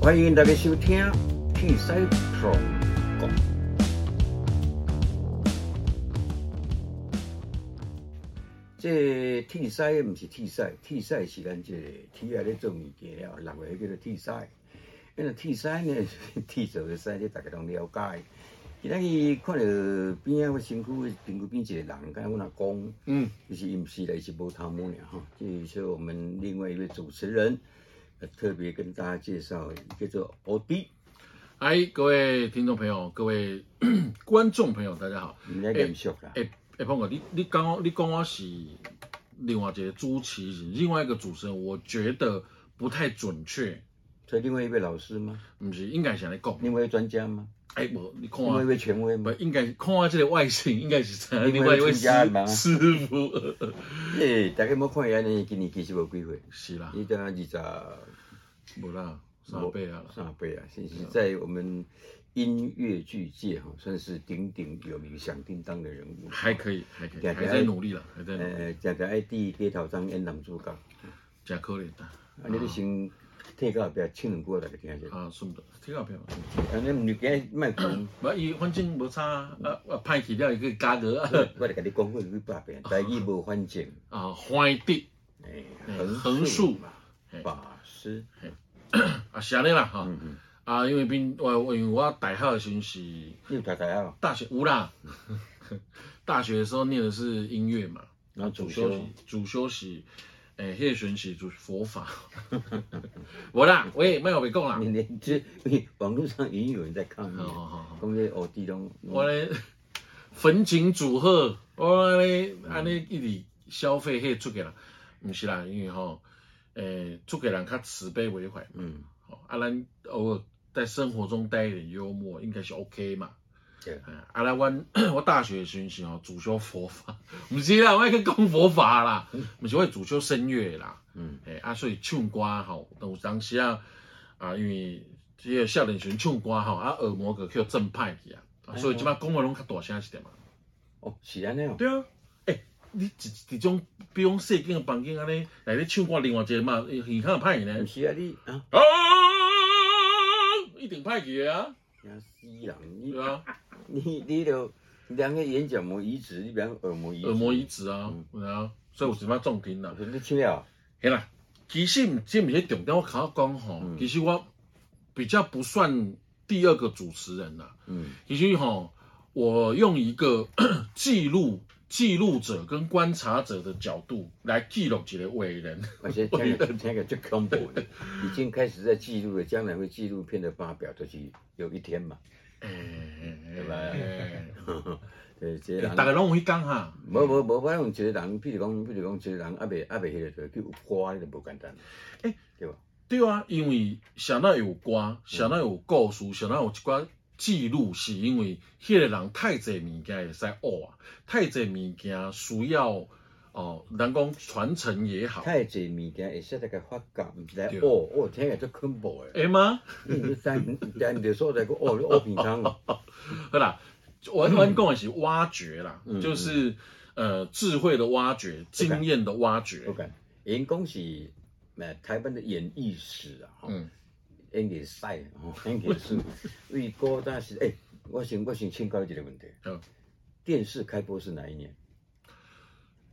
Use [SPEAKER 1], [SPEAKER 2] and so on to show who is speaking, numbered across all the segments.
[SPEAKER 1] 欢迎大家收听《铁西说国》。这铁西毋是铁西，铁西是咱这个铁啊咧做物件了，人话叫做铁西。因为铁西呢， 铁做的西，你大家拢了解。今仔日看到边啊，我身躯身躯边一个人，敢阮阿公，
[SPEAKER 2] 嗯，
[SPEAKER 1] 就是伊毋是来是无头毛俩哈。这是我们另外一位主持人，呃特别跟大家介绍叫做欧弟。
[SPEAKER 2] 嗨，各位听众朋友，各位 观众朋友，大家好。
[SPEAKER 1] 应该认识啦。
[SPEAKER 2] 哎，哎，鹏哥，你你刚刚你讲我是另外一个主持人，另外一个主持人，我觉得不太准确，
[SPEAKER 1] 所以另外一位老师吗？
[SPEAKER 2] 不是应该是来讲。
[SPEAKER 1] 另外一位专家吗？
[SPEAKER 2] 哎，无你看
[SPEAKER 1] 另外一
[SPEAKER 2] 我，
[SPEAKER 1] 位权威
[SPEAKER 2] 不
[SPEAKER 1] 吗？
[SPEAKER 2] 应该看我这个外形，应该是怎样
[SPEAKER 1] 另
[SPEAKER 2] 另
[SPEAKER 1] 外
[SPEAKER 2] 外
[SPEAKER 1] 一
[SPEAKER 2] 一
[SPEAKER 1] 位
[SPEAKER 2] 位
[SPEAKER 1] 专
[SPEAKER 2] 师
[SPEAKER 1] 家嘛
[SPEAKER 2] 师傅。 呃呃呃
[SPEAKER 1] 诶、大家莫看伊安尼，今年其实无几岁，
[SPEAKER 2] 是啦，
[SPEAKER 1] 伊才二十
[SPEAKER 2] 无啦，三倍啊啦。
[SPEAKER 1] 三倍啊，是是在我们音乐剧界哈、算是鼎鼎有名、响叮当的人物。
[SPEAKER 2] 还可以，还可以，
[SPEAKER 1] 对对
[SPEAKER 2] 还在努力了，还在努力，
[SPEAKER 1] 呃，常常爱第街头张演男主角，啊，
[SPEAKER 2] 真可怜啊！
[SPEAKER 1] 你都先退到后壁唱两句来给听者，啊
[SPEAKER 2] 啊，顺不，听到没有？
[SPEAKER 1] 安尼毋就惊卖讲，
[SPEAKER 2] 无，伊反正无差啊，啊啊，歹去了伊去加额啊。
[SPEAKER 1] 我来甲你讲过几百遍，台语无反正，
[SPEAKER 2] 啊，欢地
[SPEAKER 1] 诶、
[SPEAKER 2] 嗯
[SPEAKER 1] 哎横
[SPEAKER 2] 横
[SPEAKER 1] 竖
[SPEAKER 2] 竖哎
[SPEAKER 1] 嘛，
[SPEAKER 2] 嘿
[SPEAKER 1] 法师，
[SPEAKER 2] 啊，是安尼啦哈
[SPEAKER 1] 嗯。嗯，
[SPEAKER 2] 啊，因为边我我因为我大学的时候是
[SPEAKER 1] 你有读大学哦，
[SPEAKER 2] 大学有啦， 大学的时候念的是音乐嘛，
[SPEAKER 1] 然后
[SPEAKER 2] 主
[SPEAKER 1] 主
[SPEAKER 2] 修
[SPEAKER 1] 修
[SPEAKER 2] 是主修是诶，迄个时候是主佛法。 无啦，喂，莫互别讲啦
[SPEAKER 1] 你。连这你网络上也有人在抗议
[SPEAKER 2] 好
[SPEAKER 1] 啊，
[SPEAKER 2] 好好好，
[SPEAKER 1] 讲这学弟拢，
[SPEAKER 2] 我咧粉景组合，我咧安
[SPEAKER 1] 嗯
[SPEAKER 2] 尼一直消费迄出个啦，毋是啦，因为吼，诶，出个人较慈悲为怀。
[SPEAKER 1] 嗯，
[SPEAKER 2] 哦，啊，咱偶尔在生活中带一点幽默，应该是 OK 嘛。
[SPEAKER 1] 对，
[SPEAKER 2] 哎啊，来阮 我大学的时阵是哦，主修佛法， 毋是啦，我去讲佛法啦，毋是我是主修声乐啦。
[SPEAKER 1] 嗯，
[SPEAKER 2] 诶、啊，所以唱歌吼，有当时啊，啊，因为即个少年时唱歌吼，啊，耳膜个叫正派去啊，啊所以即摆讲话拢较大声一点嘛。
[SPEAKER 1] 哦，是安尼哦，
[SPEAKER 2] 对啊，诶、你一一种，比如讲细间的房间安尼，来咧唱歌，另外一个嘛，耳腔歹去
[SPEAKER 1] 毋
[SPEAKER 2] 呢。
[SPEAKER 1] 是啊你啊，
[SPEAKER 2] 啊，一定歹去的啊。
[SPEAKER 1] 惊死人，你
[SPEAKER 2] 对啊，
[SPEAKER 1] 你你都两个眼角膜移植，你两个耳膜移植，
[SPEAKER 2] 耳膜移植啊，对啊，所以有时嘛重听啦。
[SPEAKER 1] 你唱了，哦
[SPEAKER 2] 嘿啦，其实唔，这唔是重点，我考讲吼，其实我比较不算第二个主持人啦。
[SPEAKER 1] 嗯，
[SPEAKER 2] 其实吼，我用一个 记录记录者跟观察者的角度来记录一个伟人。
[SPEAKER 1] 而且听个听个最恐怖的，已经开始在记录了，将来会纪录片的发表，就是有一天嘛，
[SPEAKER 2] 对
[SPEAKER 1] 吧对，这个
[SPEAKER 2] 哎大家
[SPEAKER 1] 人。
[SPEAKER 2] 拢有去讲哈，
[SPEAKER 1] 无无无，我用一个人，譬如讲，譬如讲，一个人还未还未迄个，就叫有歌，你就无简单。
[SPEAKER 2] 诶
[SPEAKER 1] 对吧？
[SPEAKER 2] 对啊，因为想到有歌，
[SPEAKER 1] 嗯
[SPEAKER 2] 想到有故事，想到有一寡记录，是因为迄个人太侪物件会使学啊，太侪物件需要哦，人讲传承也好，
[SPEAKER 1] 太侪物件会使大家发觉，毋是来学，
[SPEAKER 2] 对
[SPEAKER 1] 学哦听起来足恐怖诶。
[SPEAKER 2] 会吗？
[SPEAKER 1] 你等等着所在个学，你学平常，
[SPEAKER 2] 好啦，我我讲的是挖掘啦，
[SPEAKER 1] 嗯
[SPEAKER 2] 就是呃智慧的挖掘，经验的挖掘
[SPEAKER 1] 我，讲，因讲是呃台湾的演艺史啊，吼，
[SPEAKER 2] 嗯，
[SPEAKER 1] 演艺史吼，演艺史，为古代是诶，我先我先请教你一个问题，
[SPEAKER 2] 好
[SPEAKER 1] 电视开播是哪一年？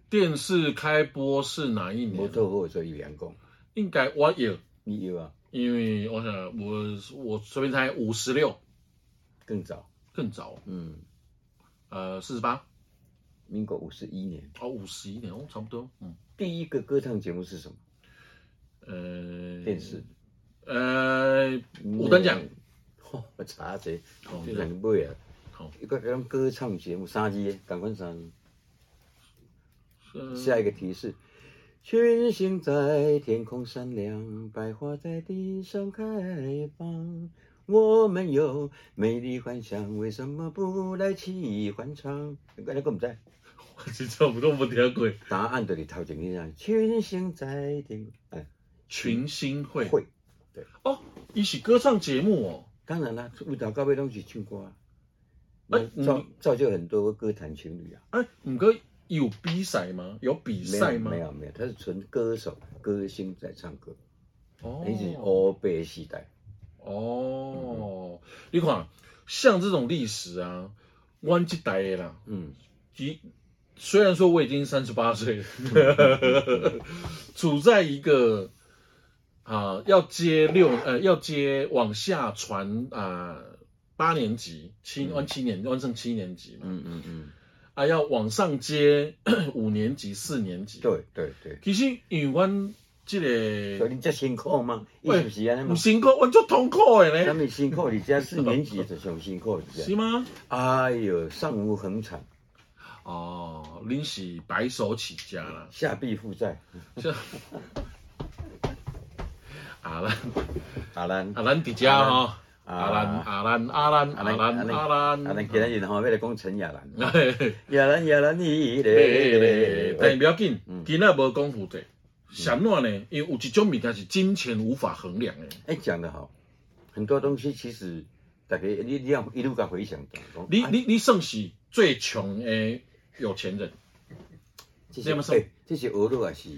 [SPEAKER 2] 电视开播是哪一
[SPEAKER 1] 无
[SPEAKER 2] 年？
[SPEAKER 1] 错后所以有人讲，
[SPEAKER 2] 应该我有，
[SPEAKER 1] 你有啊，
[SPEAKER 2] 因为我想我我随便猜五十六
[SPEAKER 1] 更早，
[SPEAKER 2] 更早，
[SPEAKER 1] 嗯，
[SPEAKER 2] 呃四十八。
[SPEAKER 1] 民国五十一年，
[SPEAKER 2] 哦，五十一年，哦，差不多，嗯，
[SPEAKER 1] 第一个歌唱节目是什么？
[SPEAKER 2] 呃，
[SPEAKER 1] 电视，
[SPEAKER 2] 呃，五等奖，
[SPEAKER 1] 吼，我查者，
[SPEAKER 2] 哦
[SPEAKER 1] 这人买啊，
[SPEAKER 2] 好，
[SPEAKER 1] 一个讲歌唱节目三字的，赶快三字。
[SPEAKER 2] 呃
[SPEAKER 1] 下一个提示：群星在天空闪亮，百花在地上开放。我们有美丽幻想，为什么不来起欢唱？你讲你讲唔知？
[SPEAKER 2] 我真差不多没听过。
[SPEAKER 1] 答案就是头前迄样，群星在天空，哎，
[SPEAKER 2] 群星会，
[SPEAKER 1] 会。
[SPEAKER 2] 哦，一起歌唱节目哦，
[SPEAKER 1] 当然啦，舞蹈到尾拢是唱歌啊。
[SPEAKER 2] 哎
[SPEAKER 1] 那造造就很多歌坛情侣啊，
[SPEAKER 2] 哎，五哥有比赛吗？有比
[SPEAKER 1] 没
[SPEAKER 2] 赛
[SPEAKER 1] 有
[SPEAKER 2] 吗
[SPEAKER 1] 没？有没有，他是纯歌手歌星在唱歌，
[SPEAKER 2] 哦
[SPEAKER 1] 那是，欧贝时代。
[SPEAKER 2] 哦，你看，像这种历史啊，湾这代的啦，
[SPEAKER 1] 嗯，
[SPEAKER 2] 即虽然说我已经三十八岁了，处在一个啊、要接六呃要接往下传啊、八年级七
[SPEAKER 1] 嗯
[SPEAKER 2] 完七年完成七年级嘛，
[SPEAKER 1] 嗯嗯嗯，
[SPEAKER 2] 啊要往上接 五年级四年级，，
[SPEAKER 1] 对对对，
[SPEAKER 2] 其实因为阮这
[SPEAKER 1] 所
[SPEAKER 2] 个
[SPEAKER 1] 以你这辛苦吗？伊
[SPEAKER 2] 喂
[SPEAKER 1] 是不是安尼
[SPEAKER 2] 唔
[SPEAKER 1] 嘛？
[SPEAKER 2] 辛苦，我足痛苦的
[SPEAKER 1] 咱
[SPEAKER 2] 呢，
[SPEAKER 1] 们辛苦，你这四年级就上辛苦，是
[SPEAKER 2] 是
[SPEAKER 1] 不是？
[SPEAKER 2] 吗？
[SPEAKER 1] 哎呦，上无横产，
[SPEAKER 2] 哦，恁是白手起家啦，
[SPEAKER 1] 下必负债。
[SPEAKER 2] 像阿兰
[SPEAKER 1] 阿兰，
[SPEAKER 2] 阿兰迪家吼，阿兰
[SPEAKER 1] 啊
[SPEAKER 2] 阿兰阿兰
[SPEAKER 1] 阿
[SPEAKER 2] 阿
[SPEAKER 1] 兰，
[SPEAKER 2] 兰阿兰
[SPEAKER 1] 阿兰，今日吼要来讲陈亚兰，
[SPEAKER 2] 嘿嘿
[SPEAKER 1] 亚兰亚兰你
[SPEAKER 2] 嘿
[SPEAKER 1] 嘞
[SPEAKER 2] 嘿，但不要紧
[SPEAKER 1] 嗯，
[SPEAKER 2] 今仔无讲副题，上哪呢？因为有一种物件是金钱无法衡量的。
[SPEAKER 1] 哎，讲得好，很多东西其实大家你你要一路甲回想到，讲
[SPEAKER 2] 你
[SPEAKER 1] 哎
[SPEAKER 2] 你你算是最穷的有钱人，
[SPEAKER 1] 这
[SPEAKER 2] 你有没有
[SPEAKER 1] 是
[SPEAKER 2] 算
[SPEAKER 1] 哎这是俄罗斯，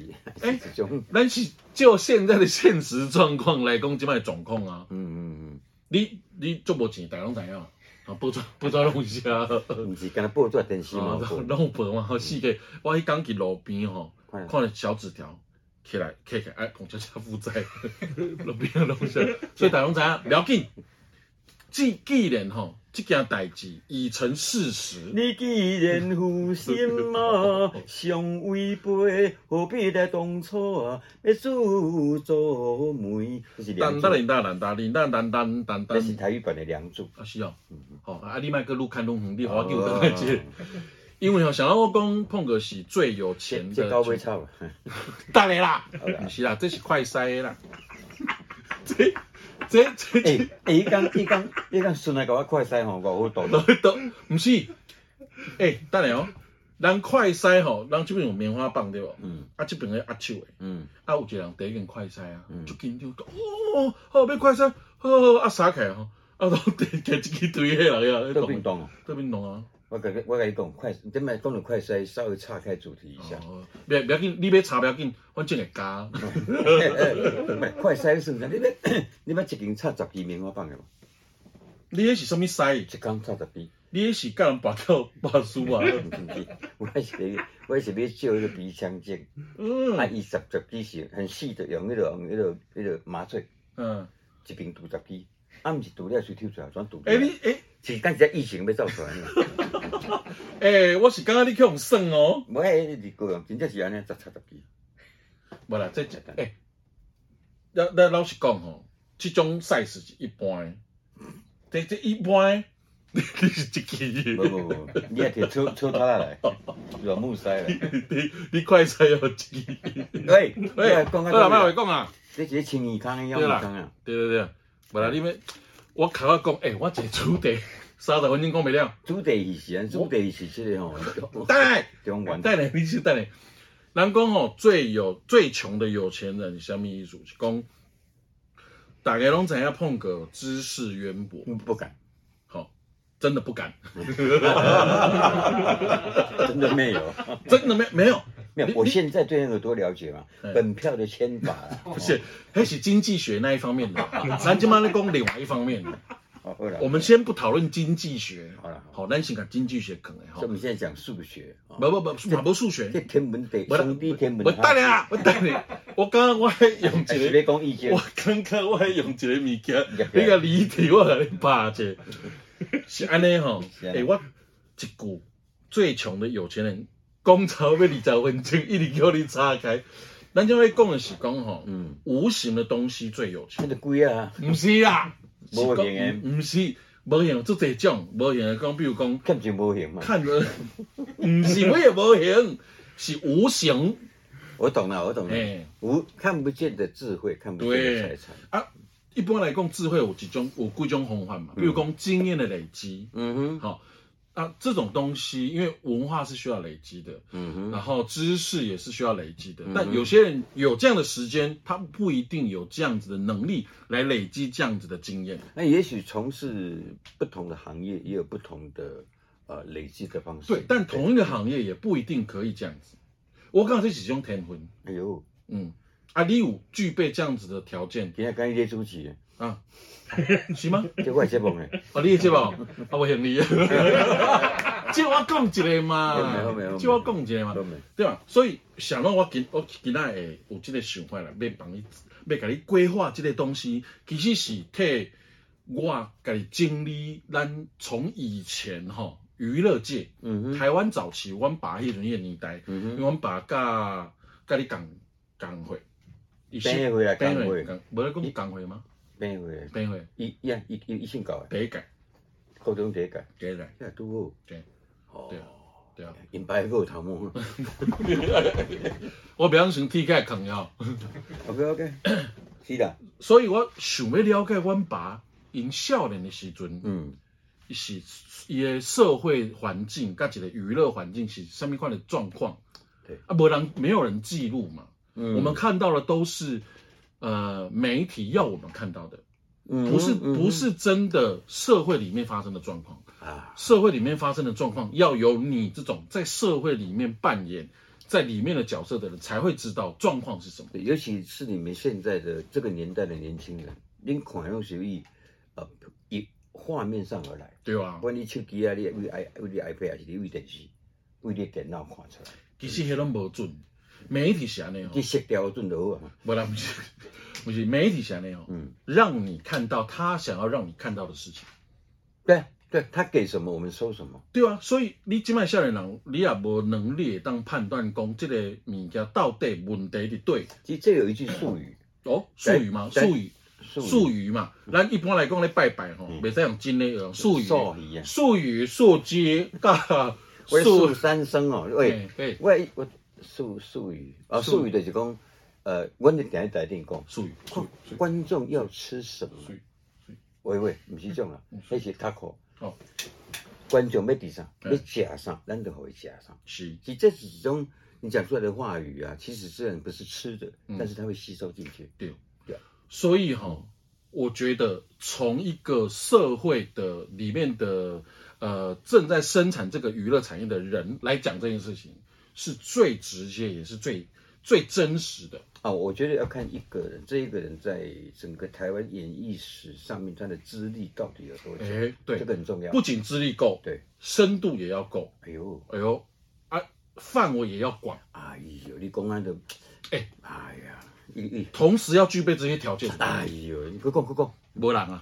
[SPEAKER 2] 哎
[SPEAKER 1] 哎，这种，
[SPEAKER 2] 咱是就现在的现实状况来讲，即摆状况啊，
[SPEAKER 1] 嗯嗯
[SPEAKER 2] 你你做无钱，大家拢知影啊，报纸报纸拢有写。
[SPEAKER 1] 嗯，不是干那报纸电视嘛
[SPEAKER 2] 啊，，拢白嘛，好四个。我迄工去路边吼，
[SPEAKER 1] 看
[SPEAKER 2] 看到小纸条，起来，起来，哎，讲这下负债，路边的拢是，所以大家拢知影，不要紧。既既然吼，这件代志已成事实，
[SPEAKER 1] 你既然负心啊，尚违背，何必来当初啊？要自作梅，这是
[SPEAKER 2] 当
[SPEAKER 1] 梁祝
[SPEAKER 2] 当，当当当当当当当当
[SPEAKER 1] 这是
[SPEAKER 2] 当，
[SPEAKER 1] 台语版的梁祝。
[SPEAKER 2] 啊是哦
[SPEAKER 1] 嗯嗯，
[SPEAKER 2] 吼啊你莫个愈看愈远，你我
[SPEAKER 1] 哦
[SPEAKER 2] 叫倒来这个，因为吼，想到我讲碰个是最有
[SPEAKER 1] 这
[SPEAKER 2] 钱
[SPEAKER 1] 这高
[SPEAKER 2] 的
[SPEAKER 1] 尾草了，
[SPEAKER 2] 当然啦，
[SPEAKER 1] 好啦
[SPEAKER 2] 不是啦，这是快筛的啦，这这这
[SPEAKER 1] 哎
[SPEAKER 2] 这。
[SPEAKER 1] 哎，伊讲伊讲伊讲，孙来甲我快婿吼，我好大
[SPEAKER 2] 都都唔是，诶、等下哦，人快筛吼，人这边有棉花棒对无？
[SPEAKER 1] 嗯
[SPEAKER 2] 啊，这边咧压手诶，
[SPEAKER 1] 嗯，
[SPEAKER 2] 啊，有一个人第一件快筛啊
[SPEAKER 1] 嗯，
[SPEAKER 2] 就紧张，哦，好要快筛，好好啊，撒开吼，啊，都摕摕一支堆迄人啊，
[SPEAKER 1] 都变动哦。
[SPEAKER 2] 都变动啊，
[SPEAKER 1] 我甲你我甲你讲，快，顶摆讲到快婿，稍微岔开主题一下。
[SPEAKER 2] 哦，不要不要紧，你要查不要紧，反正会加，
[SPEAKER 1] 唔系快婿算啥？你要你要一斤插十支棉花棒的嘛？
[SPEAKER 2] 你迄是什么筛
[SPEAKER 1] 一？斤插十支。
[SPEAKER 2] 你迄是甲人拔到拔输 啊？
[SPEAKER 1] 我是要我是要照迄个鼻腔镜，啊，
[SPEAKER 2] 嗯
[SPEAKER 1] 伊十十支是很细的，用迄、落用迄、落迄落麻醉，
[SPEAKER 2] 嗯，
[SPEAKER 1] 一边拄十支，啊，毋是拄了就抽出来，全拄。
[SPEAKER 2] 诶、你诶
[SPEAKER 1] 是但是疫情要走出来嘛？
[SPEAKER 2] 诶、我是感觉你去用算哦。
[SPEAKER 1] 无迄个高阳真正是安尼十插十支。
[SPEAKER 2] 无啦，这诶、欸，咱咱老实讲吼，即种赛事是一般的，这这一般的，你是一支
[SPEAKER 1] 无
[SPEAKER 2] 的，
[SPEAKER 1] 无无，你也摕抽抽他来，软木塞来。
[SPEAKER 2] 你你快赛要一支的。
[SPEAKER 1] 喂，
[SPEAKER 2] 喂，
[SPEAKER 1] 喂，讲
[SPEAKER 2] 好
[SPEAKER 1] 到
[SPEAKER 2] 啦，莫话
[SPEAKER 1] 这，
[SPEAKER 2] 讲啊，
[SPEAKER 1] 你是青耳康的幺
[SPEAKER 2] 对啦
[SPEAKER 1] 耳康啊？
[SPEAKER 2] 对对对，无啦，你要我靠我讲，诶、我一个主题三十分钟讲袂了，
[SPEAKER 1] 主题是是安，主题是这个吼，
[SPEAKER 2] 等下
[SPEAKER 1] 中原。
[SPEAKER 2] 等下，你先等下。人讲吼，最有最穷的有钱人，什么意思？是讲大家拢知影碰过知识渊博，
[SPEAKER 1] 嗯不敢，
[SPEAKER 2] 好、真的不敢。
[SPEAKER 1] 真的没有。
[SPEAKER 2] 真的没没有，
[SPEAKER 1] 没有，我现在对那个多了解嘛
[SPEAKER 2] 嗯，
[SPEAKER 1] 本票的签法啊啦，
[SPEAKER 2] 不是，还是经济学那一方面的， 咱今嘛在讲另外一方面的。
[SPEAKER 1] 哦，好了，
[SPEAKER 2] 我们先不讨论经济学，
[SPEAKER 1] 好了，好，
[SPEAKER 2] 好，咱先讲经济学可能
[SPEAKER 1] 所以我
[SPEAKER 2] 哈，
[SPEAKER 1] 们现在讲数学，哦
[SPEAKER 2] 不不不，马不数
[SPEAKER 1] 这
[SPEAKER 2] 学，
[SPEAKER 1] 天文地
[SPEAKER 2] 不
[SPEAKER 1] 兄弟天文哎
[SPEAKER 2] 我等你啊，我等你，我刚刚我还用
[SPEAKER 1] 还
[SPEAKER 2] 一
[SPEAKER 1] 是
[SPEAKER 2] 个，
[SPEAKER 1] 别讲意见
[SPEAKER 2] 我，刚刚我还用一个物件，
[SPEAKER 1] 入去
[SPEAKER 2] 你个离题我给你 拍者，是安尼吼，
[SPEAKER 1] 是啊安尼
[SPEAKER 2] 诶，我一句最穷的有钱人，讲超要二十分钟，一直叫你岔开，咱今要讲的是讲吼。
[SPEAKER 1] 嗯，
[SPEAKER 2] 无形的东西最有
[SPEAKER 1] 那
[SPEAKER 2] 钱。
[SPEAKER 1] 个贵啊，
[SPEAKER 2] 唔是 啦，
[SPEAKER 1] 无形的
[SPEAKER 2] 唔是无形，做这种无形的讲，比如讲
[SPEAKER 1] 根本就无形嘛。
[SPEAKER 2] 看人，唔是我也无形， 是无形。
[SPEAKER 1] 我懂了，我懂了，
[SPEAKER 2] 哎，
[SPEAKER 1] 无看不见的智慧，看不见的财产，
[SPEAKER 2] 一般来讲，智慧有几种，有几种方法嘛，比如讲经验的累积，
[SPEAKER 1] 嗯哼，
[SPEAKER 2] 好、啊，这种东西，因为文化是需要累积的，
[SPEAKER 1] 嗯
[SPEAKER 2] 然
[SPEAKER 1] 哼，
[SPEAKER 2] 后知识也是需要累积的。
[SPEAKER 1] 嗯
[SPEAKER 2] 但有些人有这样的时间，他不一定有这样子的能力来累积这样子的经验。
[SPEAKER 1] 那也许从事不同的行业也有不同的呃累积的方式。哎
[SPEAKER 2] 对，但同一个行业也不一定可以这样子。我刚才是用天分，
[SPEAKER 1] 哎呦，
[SPEAKER 2] 嗯，啊，你有具备这样子的条件，
[SPEAKER 1] 今天刚一列主席，
[SPEAKER 2] 啊，是吗？
[SPEAKER 1] 即我的节目呢，
[SPEAKER 2] 哦，你的节目，啊，我 嫌你，即我讲一个
[SPEAKER 1] 好
[SPEAKER 2] 嘛
[SPEAKER 1] 没好没，
[SPEAKER 2] 即我讲一个嘛
[SPEAKER 1] 都，没。
[SPEAKER 2] 对吧？所以，想到我今我今仔会有即个想法啦，要帮你，要甲你规划即个东西，其实是替我甲你整理咱从以前吼娱乐界，
[SPEAKER 1] 嗯哼，
[SPEAKER 2] 台湾早期，阮爸迄阵迄个年代，因为
[SPEAKER 1] 嗯哼，
[SPEAKER 2] 阮爸甲甲你共共会，伊
[SPEAKER 1] 变回来
[SPEAKER 2] 变
[SPEAKER 1] 讲会，
[SPEAKER 2] 共，无咧讲共会吗？
[SPEAKER 1] 变回来，
[SPEAKER 2] 变会
[SPEAKER 1] 伊伊啊，伊伊伊姓搞的，
[SPEAKER 2] 第一届，
[SPEAKER 1] 高中第一届，
[SPEAKER 2] 第一届，
[SPEAKER 1] 这拄好。
[SPEAKER 2] 对，对啊
[SPEAKER 1] 哦，
[SPEAKER 2] 对啊。
[SPEAKER 1] 因爸个有头毛。
[SPEAKER 2] 我不晓想体解坑了，
[SPEAKER 1] OK OK，是啦，
[SPEAKER 2] 所以我想要了解阮爸因少年的时阵，
[SPEAKER 1] 嗯
[SPEAKER 2] 伊是伊的社会环境甲一个娱乐环境是什么款的状况？
[SPEAKER 1] 对
[SPEAKER 2] 啊，无人没有人记录嘛，
[SPEAKER 1] 嗯，
[SPEAKER 2] 我们看到的都是呃媒体要我们看到的，
[SPEAKER 1] 嗯哼
[SPEAKER 2] 不是、
[SPEAKER 1] 嗯哼
[SPEAKER 2] 不是真的社会里面发生的状况。
[SPEAKER 1] 啊，
[SPEAKER 2] 社会里面发生的状况，要由你这种在社会里面扮演在里面的角色的人才会知道状况是什么。
[SPEAKER 1] 对尤其是你们现在的这个年代的年轻人，恁看拢是以呃以画面上而来，
[SPEAKER 2] 对啊
[SPEAKER 1] 不，管你手机啊，你为 i 为你 iPad 还是你为电视，为你电脑看出来，
[SPEAKER 2] 其实迄拢无准，媒体是安尼吼
[SPEAKER 1] 你，色调准就好啊。
[SPEAKER 2] 哦不啦，不是，不是媒体是安尼吼，
[SPEAKER 1] 嗯，
[SPEAKER 2] 哦让你看到他想要让你看到的事情。
[SPEAKER 1] 对对，他给什么我们收什么。
[SPEAKER 2] 对啊，所以你即摆少年人，你也无能力当判断讲即个物件到底问题伫对
[SPEAKER 1] 其实这有一句术语，
[SPEAKER 2] 哦，术语嘛，
[SPEAKER 1] 对
[SPEAKER 2] 术语，嗯术语嘛，咱一般来讲咧拜拜吼，
[SPEAKER 1] 嗯
[SPEAKER 2] 袂使用真诶用术语。
[SPEAKER 1] 术语啊，
[SPEAKER 2] 术语、术机、噶
[SPEAKER 1] 我的
[SPEAKER 2] 术
[SPEAKER 1] 术，三生哦，喂。
[SPEAKER 2] 对对，
[SPEAKER 1] 我我术术语啊，
[SPEAKER 2] 嗯术语
[SPEAKER 1] 术语就是讲，呃，我伫电台顶讲，
[SPEAKER 2] 术语，
[SPEAKER 1] 观观众要吃什么？
[SPEAKER 2] 术语，
[SPEAKER 1] 喂喂，毋是种啦
[SPEAKER 2] 嗯，
[SPEAKER 1] 迄是 taco。
[SPEAKER 2] 哦，
[SPEAKER 1] 观众要吃啥？
[SPEAKER 2] 嗯
[SPEAKER 1] 要吃啥？咱就互伊吃啥。
[SPEAKER 2] 是
[SPEAKER 1] 其实这是一种你讲出来的话语啊，其实虽然不是吃的，
[SPEAKER 2] 嗯
[SPEAKER 1] 但是它会吸收进去。
[SPEAKER 2] 对
[SPEAKER 1] 对啊。
[SPEAKER 2] 所以哈、我觉得从一个社会的里面的呃正在生产这个娱乐产业的人来讲这件事情，是最直接也是最最真实的。
[SPEAKER 1] 啊，我觉得要看一个人，这一个人在整个台湾演艺史上面，他的资历到底有多久？
[SPEAKER 2] 哎，对
[SPEAKER 1] 这，个很重要。
[SPEAKER 2] 不仅资历够，
[SPEAKER 1] 对，
[SPEAKER 2] 深度也要够。
[SPEAKER 1] 哎呦，
[SPEAKER 2] 哎呦，啊，范围也要广，
[SPEAKER 1] 哎呦，你讲安都，
[SPEAKER 2] 哎，
[SPEAKER 1] 哎呀，一一。
[SPEAKER 2] 同时要具备这些条件。
[SPEAKER 1] 哎呦，你快讲快讲，
[SPEAKER 2] 无人啊，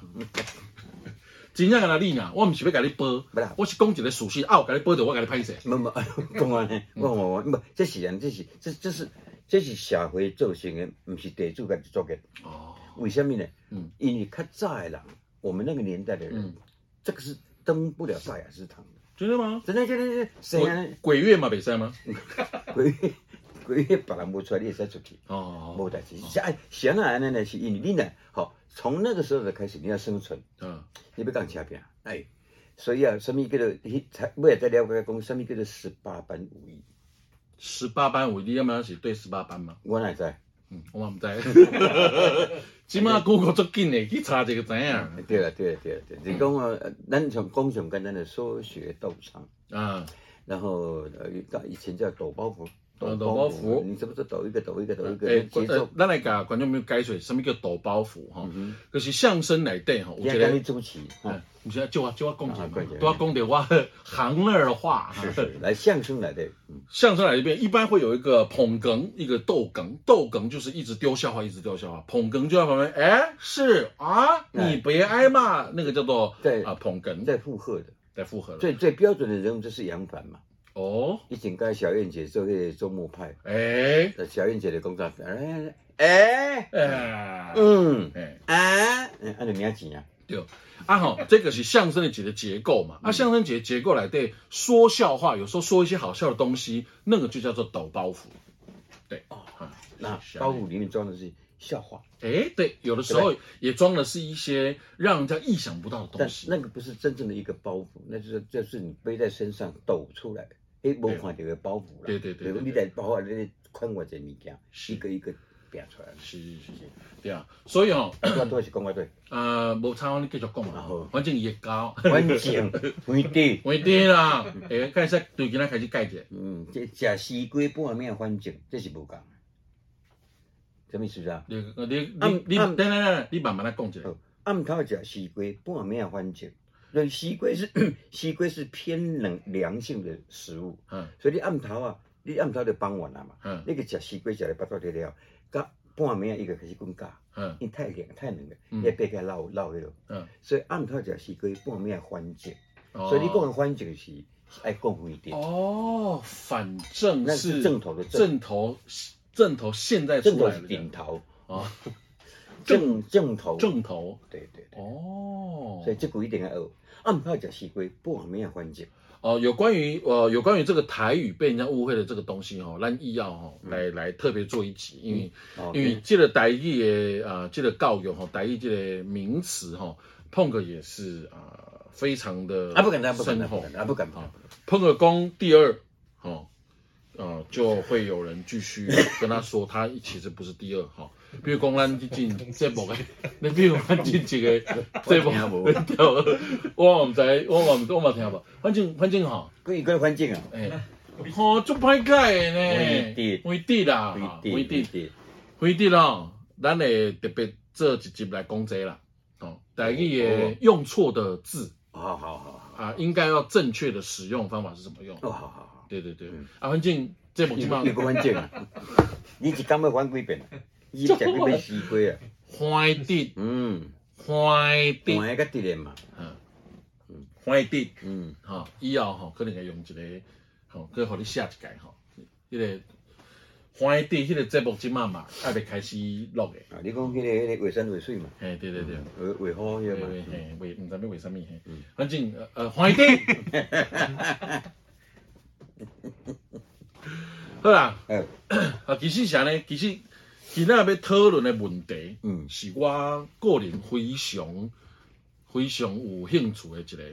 [SPEAKER 2] 真正甲你啊，我毋是要甲你报
[SPEAKER 1] 不啦，
[SPEAKER 2] 我是讲一个属性，啊，有甲你报着，我甲你歹势。
[SPEAKER 1] 没 没，讲安尼，
[SPEAKER 2] 嗯
[SPEAKER 1] 我我我，不，这是人，啊这是这这是这是社会造成的，不是地主家己作的。
[SPEAKER 2] 哦，
[SPEAKER 1] 为什么呢？
[SPEAKER 2] 嗯，
[SPEAKER 1] 因为较早的人，我们那个年代的人，
[SPEAKER 2] 嗯
[SPEAKER 1] 这个是登不了大雅之堂的。
[SPEAKER 2] 真的吗？
[SPEAKER 1] 真的真的真的，谁啊？
[SPEAKER 2] 鬼鬼月嘛，袂使吗？
[SPEAKER 1] 鬼月鬼月别人无出来，你也使出去，
[SPEAKER 2] 哦，
[SPEAKER 1] 无代志。是哎，谁那安尼呢？是因为你呢，好，从那个时候就开始你要生存。
[SPEAKER 2] 嗯，
[SPEAKER 1] 你要讲车拼，哎，所以啊，什么叫做，迄才尾才了解讲，什么叫做十八般武艺，
[SPEAKER 2] 十八班为例，要么是对十八班嘛，
[SPEAKER 1] 我哪会知？
[SPEAKER 2] 嗯，我嘛毋知。即马 Google 足紧诶，去查一个知影。
[SPEAKER 1] 对了，对了，对了，对了，你讲
[SPEAKER 2] 嗯
[SPEAKER 1] 啊，咱从讲上简单的说学逗唱，
[SPEAKER 2] 啊，
[SPEAKER 1] 然后呃，到以前叫抖包袱，
[SPEAKER 2] 啊抖包袱哎呃
[SPEAKER 1] 你是不是抖一个抖一个抖一个
[SPEAKER 2] 诶，
[SPEAKER 1] 节奏？
[SPEAKER 2] 咱来甲观众朋友解释，什么叫抖包袱吼？
[SPEAKER 1] 嗯
[SPEAKER 2] 就是相声内底吼，
[SPEAKER 1] 哼，
[SPEAKER 2] 有
[SPEAKER 1] 也
[SPEAKER 2] 一
[SPEAKER 1] 跟你哦
[SPEAKER 2] 个，
[SPEAKER 1] 主持，
[SPEAKER 2] 嗯毋是啊，叫我叫我讲一下
[SPEAKER 1] 啊
[SPEAKER 2] 嘛
[SPEAKER 1] 快，点
[SPEAKER 2] 都要讲着我行内的话。
[SPEAKER 1] 是是，来相声来的，嗯
[SPEAKER 2] 相声来一遍，一般会有一个捧哏，一个逗哏。逗哏就是一直丢笑话，一直丢笑话。捧哏就在旁边，哎，是啊，
[SPEAKER 1] 哎
[SPEAKER 2] 你别挨骂，那个叫做
[SPEAKER 1] 对
[SPEAKER 2] 啊捧哏，
[SPEAKER 1] 在附和的，
[SPEAKER 2] 在附和了。
[SPEAKER 1] 最最标准的人物就是杨凡嘛，
[SPEAKER 2] 哦，
[SPEAKER 1] 以前跟小燕姐做迄个周末派，
[SPEAKER 2] 哎，
[SPEAKER 1] 小燕姐的工作，哎哎，
[SPEAKER 2] 哎，
[SPEAKER 1] 嗯。
[SPEAKER 2] 哎，
[SPEAKER 1] 啊，嗯，按着名字啊，
[SPEAKER 2] 对，啊好，这个是相声的几个结构嘛。啊，相声几个结构来对说笑话，有时候说一些好笑的东西，那个就叫做抖包袱。对，啊
[SPEAKER 1] 那
[SPEAKER 2] 是啊
[SPEAKER 1] 包袱里面装的是笑话，
[SPEAKER 2] 哎，对，有的时候也装的是一些让人家意想不到的东
[SPEAKER 1] 但
[SPEAKER 2] 西。
[SPEAKER 1] 那个不是真正的一个包袱，那就是就是你背在身上抖出来的，哎，无看到的包袱啦。
[SPEAKER 2] 对对对对对
[SPEAKER 1] 你在包啊，你看我这物件，
[SPEAKER 2] 是。
[SPEAKER 1] 一个一个拼出来
[SPEAKER 2] 是是是，对啊，所以吼、
[SPEAKER 1] 我都是讲我对，
[SPEAKER 2] 呃，无差，你继续讲嘛
[SPEAKER 1] 好，
[SPEAKER 2] 反正伊会教，
[SPEAKER 1] 反正反正，
[SPEAKER 2] 袂得啦，诶，开始对今仔开始改者，
[SPEAKER 1] 嗯，这食西瓜半命反正，这是无共的。什么意思啊？
[SPEAKER 2] 你你
[SPEAKER 1] 暗
[SPEAKER 2] 你你
[SPEAKER 1] 暗
[SPEAKER 2] 等等等，你慢慢来讲一下。
[SPEAKER 1] 好暗头食西瓜，半暝番薯。那西瓜是 西瓜是偏冷凉性的食物，
[SPEAKER 2] 嗯
[SPEAKER 1] 所以你暗头啊，你暗头就傍晚啊嘛，
[SPEAKER 2] 嗯
[SPEAKER 1] 你个食西瓜食咧巴肚里了，甲半暝啊伊个开始滚觉，
[SPEAKER 2] 嗯
[SPEAKER 1] 因为太冷太冷了，
[SPEAKER 2] 嗯
[SPEAKER 1] 伊爬起来落落迄落，
[SPEAKER 2] 嗯，
[SPEAKER 1] 所以暗头食西瓜，半暝番薯。
[SPEAKER 2] 哦
[SPEAKER 1] 所以你讲的番薯是是爱讲远一点，
[SPEAKER 2] 哦，反正
[SPEAKER 1] 那
[SPEAKER 2] 是
[SPEAKER 1] 是正头的正，
[SPEAKER 2] 正头正头现在
[SPEAKER 1] 正
[SPEAKER 2] 出
[SPEAKER 1] 头
[SPEAKER 2] 来
[SPEAKER 1] 是
[SPEAKER 2] 了
[SPEAKER 1] 顶头，
[SPEAKER 2] 哦，
[SPEAKER 1] 正正头，
[SPEAKER 2] 正头
[SPEAKER 1] 对对对，
[SPEAKER 2] 哦
[SPEAKER 1] 所以这句一定要学。暗泡食西瓜，半暝啊番薯。
[SPEAKER 2] 哦，有关于呃有关于这个台语被人家误会的这个东西哦，咱医药哦来来特别做一集，因为
[SPEAKER 1] 哦
[SPEAKER 2] 因为这个台语的啊、呃这个教育吼，台语这个名词吼，碰个也是啊、呃非常的
[SPEAKER 1] 啊不敢当，不敢
[SPEAKER 2] 深
[SPEAKER 1] 当，不
[SPEAKER 2] 厚
[SPEAKER 1] 敢。当，啊不敢当
[SPEAKER 2] 好。碰个工第二，哦，呃，就会有人继续 跟他说，他其实不是第二，哈、比如讲咱去进这部的，你比如咱进 这个这部
[SPEAKER 1] 我听无
[SPEAKER 2] 对， 我唔知，我嘛我嘛听无，反正反正哈，
[SPEAKER 1] 佮伊个环境啊，
[SPEAKER 2] 诶、吼、哦，足歹改的呢，
[SPEAKER 1] 非得
[SPEAKER 2] 非得啦，
[SPEAKER 1] 规
[SPEAKER 2] 哈
[SPEAKER 1] 定
[SPEAKER 2] 非得
[SPEAKER 1] 规定，
[SPEAKER 2] 非得啦，咱会特别做一集来讲这个啦，哦，大家也用错的字
[SPEAKER 1] 好好好好，
[SPEAKER 2] 啊，应该要正确的使用方法是怎么用？
[SPEAKER 1] 哦好好好，
[SPEAKER 2] 对对对
[SPEAKER 1] 嗯，
[SPEAKER 2] 啊，反正这目
[SPEAKER 1] 你
[SPEAKER 2] 起码
[SPEAKER 1] 你个环境啊，你一工要翻几 遍啊？伊食几遍西瓜啊？
[SPEAKER 2] 快点，
[SPEAKER 1] 嗯，
[SPEAKER 2] 快点，
[SPEAKER 1] 换个地点嘛，
[SPEAKER 2] 嗯
[SPEAKER 1] 嗯，
[SPEAKER 2] 快点，
[SPEAKER 1] 嗯，
[SPEAKER 2] 哈，以后吼可能会用一个，吼，佮互你写一届吼，迄个快点，迄个节目即满嘛，还袂开始录诶，
[SPEAKER 1] 啊，你讲迄个迄个卫生卫水嘛，
[SPEAKER 2] 嘿，对对对。
[SPEAKER 1] 卫卫好迄
[SPEAKER 2] 对
[SPEAKER 1] 个
[SPEAKER 2] 对
[SPEAKER 1] 嘛，
[SPEAKER 2] 嘿，为唔知要为虾米嘿
[SPEAKER 1] 嗯，
[SPEAKER 2] 反正呃 呃，快点，好啦，
[SPEAKER 1] 嗯
[SPEAKER 2] 啊，其实啥呢？其实今仔要讨论的问题，
[SPEAKER 1] 嗯
[SPEAKER 2] 是我个人非常非常有兴趣的一个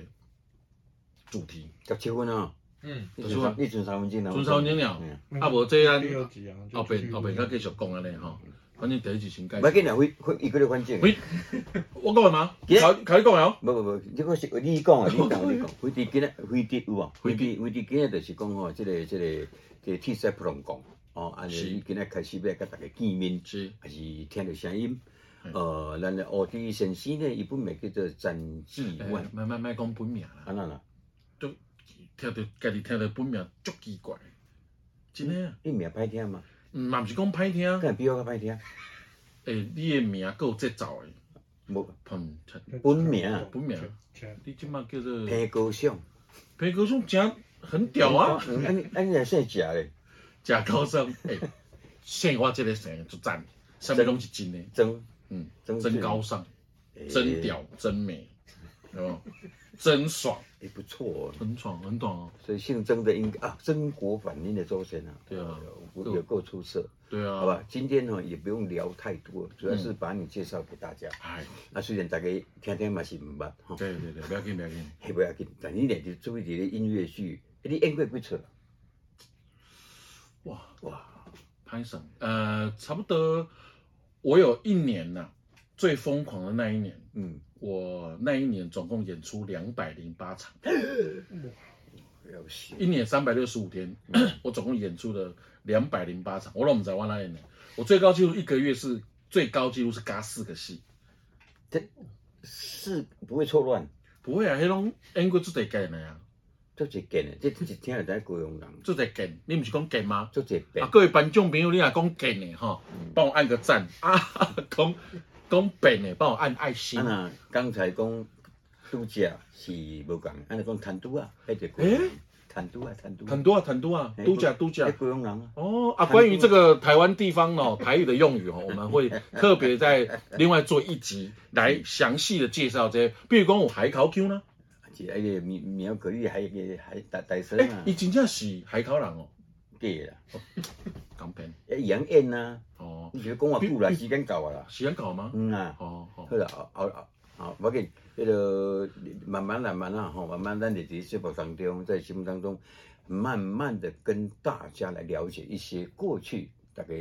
[SPEAKER 2] 主题。
[SPEAKER 1] 十七分啊，
[SPEAKER 3] 嗯，
[SPEAKER 1] 你剩三你剩三分钟啊，
[SPEAKER 2] 剩三分钟了
[SPEAKER 1] 嗯
[SPEAKER 2] 啊，无这咱
[SPEAKER 3] 第二集啊，
[SPEAKER 2] 后边后边再
[SPEAKER 3] 个
[SPEAKER 2] 继续讲安尼吼，
[SPEAKER 1] 嗯
[SPEAKER 2] 反正第一集先介
[SPEAKER 1] 哎不要
[SPEAKER 2] 绍。
[SPEAKER 1] 紧啦，啊会会伊个咧反正。
[SPEAKER 2] 喂我讲的吗？
[SPEAKER 1] 耶
[SPEAKER 2] 考考你讲的哦。
[SPEAKER 1] 不不不，这个是你讲啊，你讲你讲，飞碟今仔飞碟有啊，飞碟飞碟今仔就是讲吼，即个即个即个铁丝不能讲哦，安
[SPEAKER 2] 是
[SPEAKER 1] 尼今仔开始要甲大家见面，
[SPEAKER 2] 是
[SPEAKER 1] 还是听到声音
[SPEAKER 2] 嗯，
[SPEAKER 1] 呃，咱的奥地先生呢，伊本名叫做詹志
[SPEAKER 2] 哎
[SPEAKER 1] 万，
[SPEAKER 2] 莫莫莫讲本名啦
[SPEAKER 1] 啊，那啦，
[SPEAKER 2] 听到家己听到本名足奇怪，真诶啊，
[SPEAKER 1] 你名歹听嘛，
[SPEAKER 2] 嗯嘛毋是讲歹听，
[SPEAKER 1] 敢会比我较歹听，
[SPEAKER 2] 诶，你诶名够有节奏诶，
[SPEAKER 1] 无
[SPEAKER 2] 碰
[SPEAKER 1] 本名啊
[SPEAKER 2] 本名你即马叫做
[SPEAKER 1] 皮高尚，
[SPEAKER 2] 裴格松，真很屌啊！
[SPEAKER 1] 嗯，安尼安尼也算食咧，
[SPEAKER 2] 假 高僧，哎、欸，现我这个神就赞，上面拢是真的，
[SPEAKER 1] 真
[SPEAKER 2] 嗯，
[SPEAKER 1] 真
[SPEAKER 2] 真高尚，真，屌，真美， 有没有？真爽，
[SPEAKER 1] 哎，哎不错哦，
[SPEAKER 2] 很爽，很爽哦。
[SPEAKER 1] 所以姓曾的应该啊，曾国藩您的周先啊，
[SPEAKER 2] 对啊
[SPEAKER 1] 有，有有够出色。
[SPEAKER 2] 对啊，嗯
[SPEAKER 1] 好吧，今天呢也不用聊太多，主要是把你介绍给大家。
[SPEAKER 2] 哎，
[SPEAKER 1] 啊，虽然大家听听嘛是唔捌，吼，
[SPEAKER 2] 对对对，不要紧，不要紧。
[SPEAKER 1] 迄不要紧，但你咧就注意你的音乐剧，你演过几出啊啦？
[SPEAKER 2] 哇
[SPEAKER 1] 哇，
[SPEAKER 2] 拍手，呃，差不多，我有一年呐、最疯狂的那一年，
[SPEAKER 1] 嗯，
[SPEAKER 2] 我那一年总共演出两百零八场，
[SPEAKER 1] 要死，
[SPEAKER 2] 一年三百六十五天，我总共演出了两百零八场，我都不知道我哪一年。我最高纪录一个月是最高纪录是嘎四个戏，
[SPEAKER 1] 是不会错乱，
[SPEAKER 2] 不会啊，黑龙演过做得干的呀，
[SPEAKER 1] 做一件的，这一听就知高雄人，
[SPEAKER 2] 做得干，你不是讲干吗？
[SPEAKER 1] 做一遍
[SPEAKER 2] 啊，，各位观众朋友，你也讲干的哈，帮我按个赞啊，讲讲变的，帮我按爱心
[SPEAKER 1] 啊。那刚才讲拄则是无共，啊那讲弹拄啊，迄就高
[SPEAKER 2] 诶
[SPEAKER 1] 雄人，弹拄啊，弹拄，
[SPEAKER 2] 很多啊，很多啊，
[SPEAKER 1] 嘿
[SPEAKER 2] 度假度假
[SPEAKER 1] 迄。高雄人啊，
[SPEAKER 2] 哦啊，关于这个台湾地方哦，台语的用语哦，我们会特别在另外做一集来详细的介绍这些，比如讲有海口腔啦，
[SPEAKER 1] 啊是迄个苗苗可玉，还有一个还大大生
[SPEAKER 2] 哎、
[SPEAKER 1] 啊
[SPEAKER 2] 伊，真正是海口人哦，
[SPEAKER 1] 对啦，
[SPEAKER 2] 港片
[SPEAKER 1] 啊杨燕啊。
[SPEAKER 2] 哦，
[SPEAKER 1] 你就讲话久啦，时间到啊啦。
[SPEAKER 2] 是安搞吗？
[SPEAKER 1] 嗯啊，
[SPEAKER 2] 哦哦
[SPEAKER 1] 好，啦，后后后后，无要紧，迄个慢慢来慢慢啊吼，慢慢咱在这节目当中，在节目当中，慢慢的跟大家来了解一些过去大家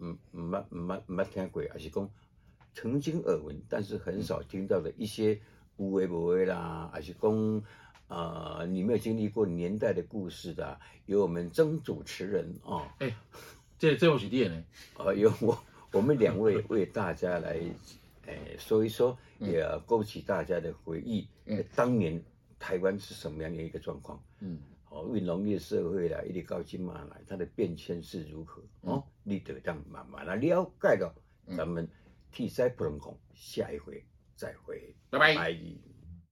[SPEAKER 1] 嗯嗯捌嗯捌嗯捌听过，还是讲曾经耳闻，但是很少听到的一些无为无为啦，还是讲。呃，你没有经历过年代的故事的啊，有我们曾主持人哦，
[SPEAKER 2] 这这我是你的呢，
[SPEAKER 1] 呃，有我我们两位为大家来，哎、说一说，
[SPEAKER 2] 嗯
[SPEAKER 1] 也勾起大家的回忆，
[SPEAKER 2] 嗯
[SPEAKER 1] 哎当年台湾是什么样的一个状况？
[SPEAKER 2] 嗯
[SPEAKER 1] 哦，因为农业社会啦，一直到今嘛来，它的变迁是如何？哦，你得让慢慢来了解了。
[SPEAKER 2] 嗯
[SPEAKER 1] 咱们替塞不能讲，下一回再会，
[SPEAKER 2] 拜拜
[SPEAKER 1] 拜。